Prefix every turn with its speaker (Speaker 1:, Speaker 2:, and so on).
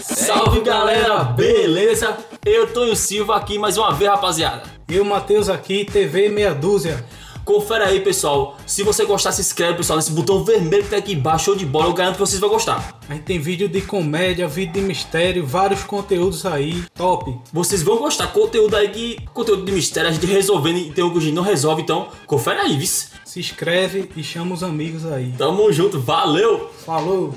Speaker 1: Salve galera, beleza? Eu Tonho Silva aqui mais uma vez, rapaziada.
Speaker 2: E o Matheus aqui, TV Meia Dúzia.
Speaker 1: Confere aí, pessoal. Se você gostar, se inscreve, pessoal, nesse botão vermelho que tá aqui embaixo, show de bola. Eu garanto que vocês vão gostar.
Speaker 2: A gente tem vídeo de comédia, vídeo de mistério, vários conteúdos aí. Top.
Speaker 1: Vocês vão gostar. Conteúdo aí que. Conteúdo de mistério, a gente resolvendo e tem o que a gente não resolve, então confere aí, vice.
Speaker 2: Se inscreve e chama os amigos aí.
Speaker 1: Tamo junto, valeu!
Speaker 2: Falou!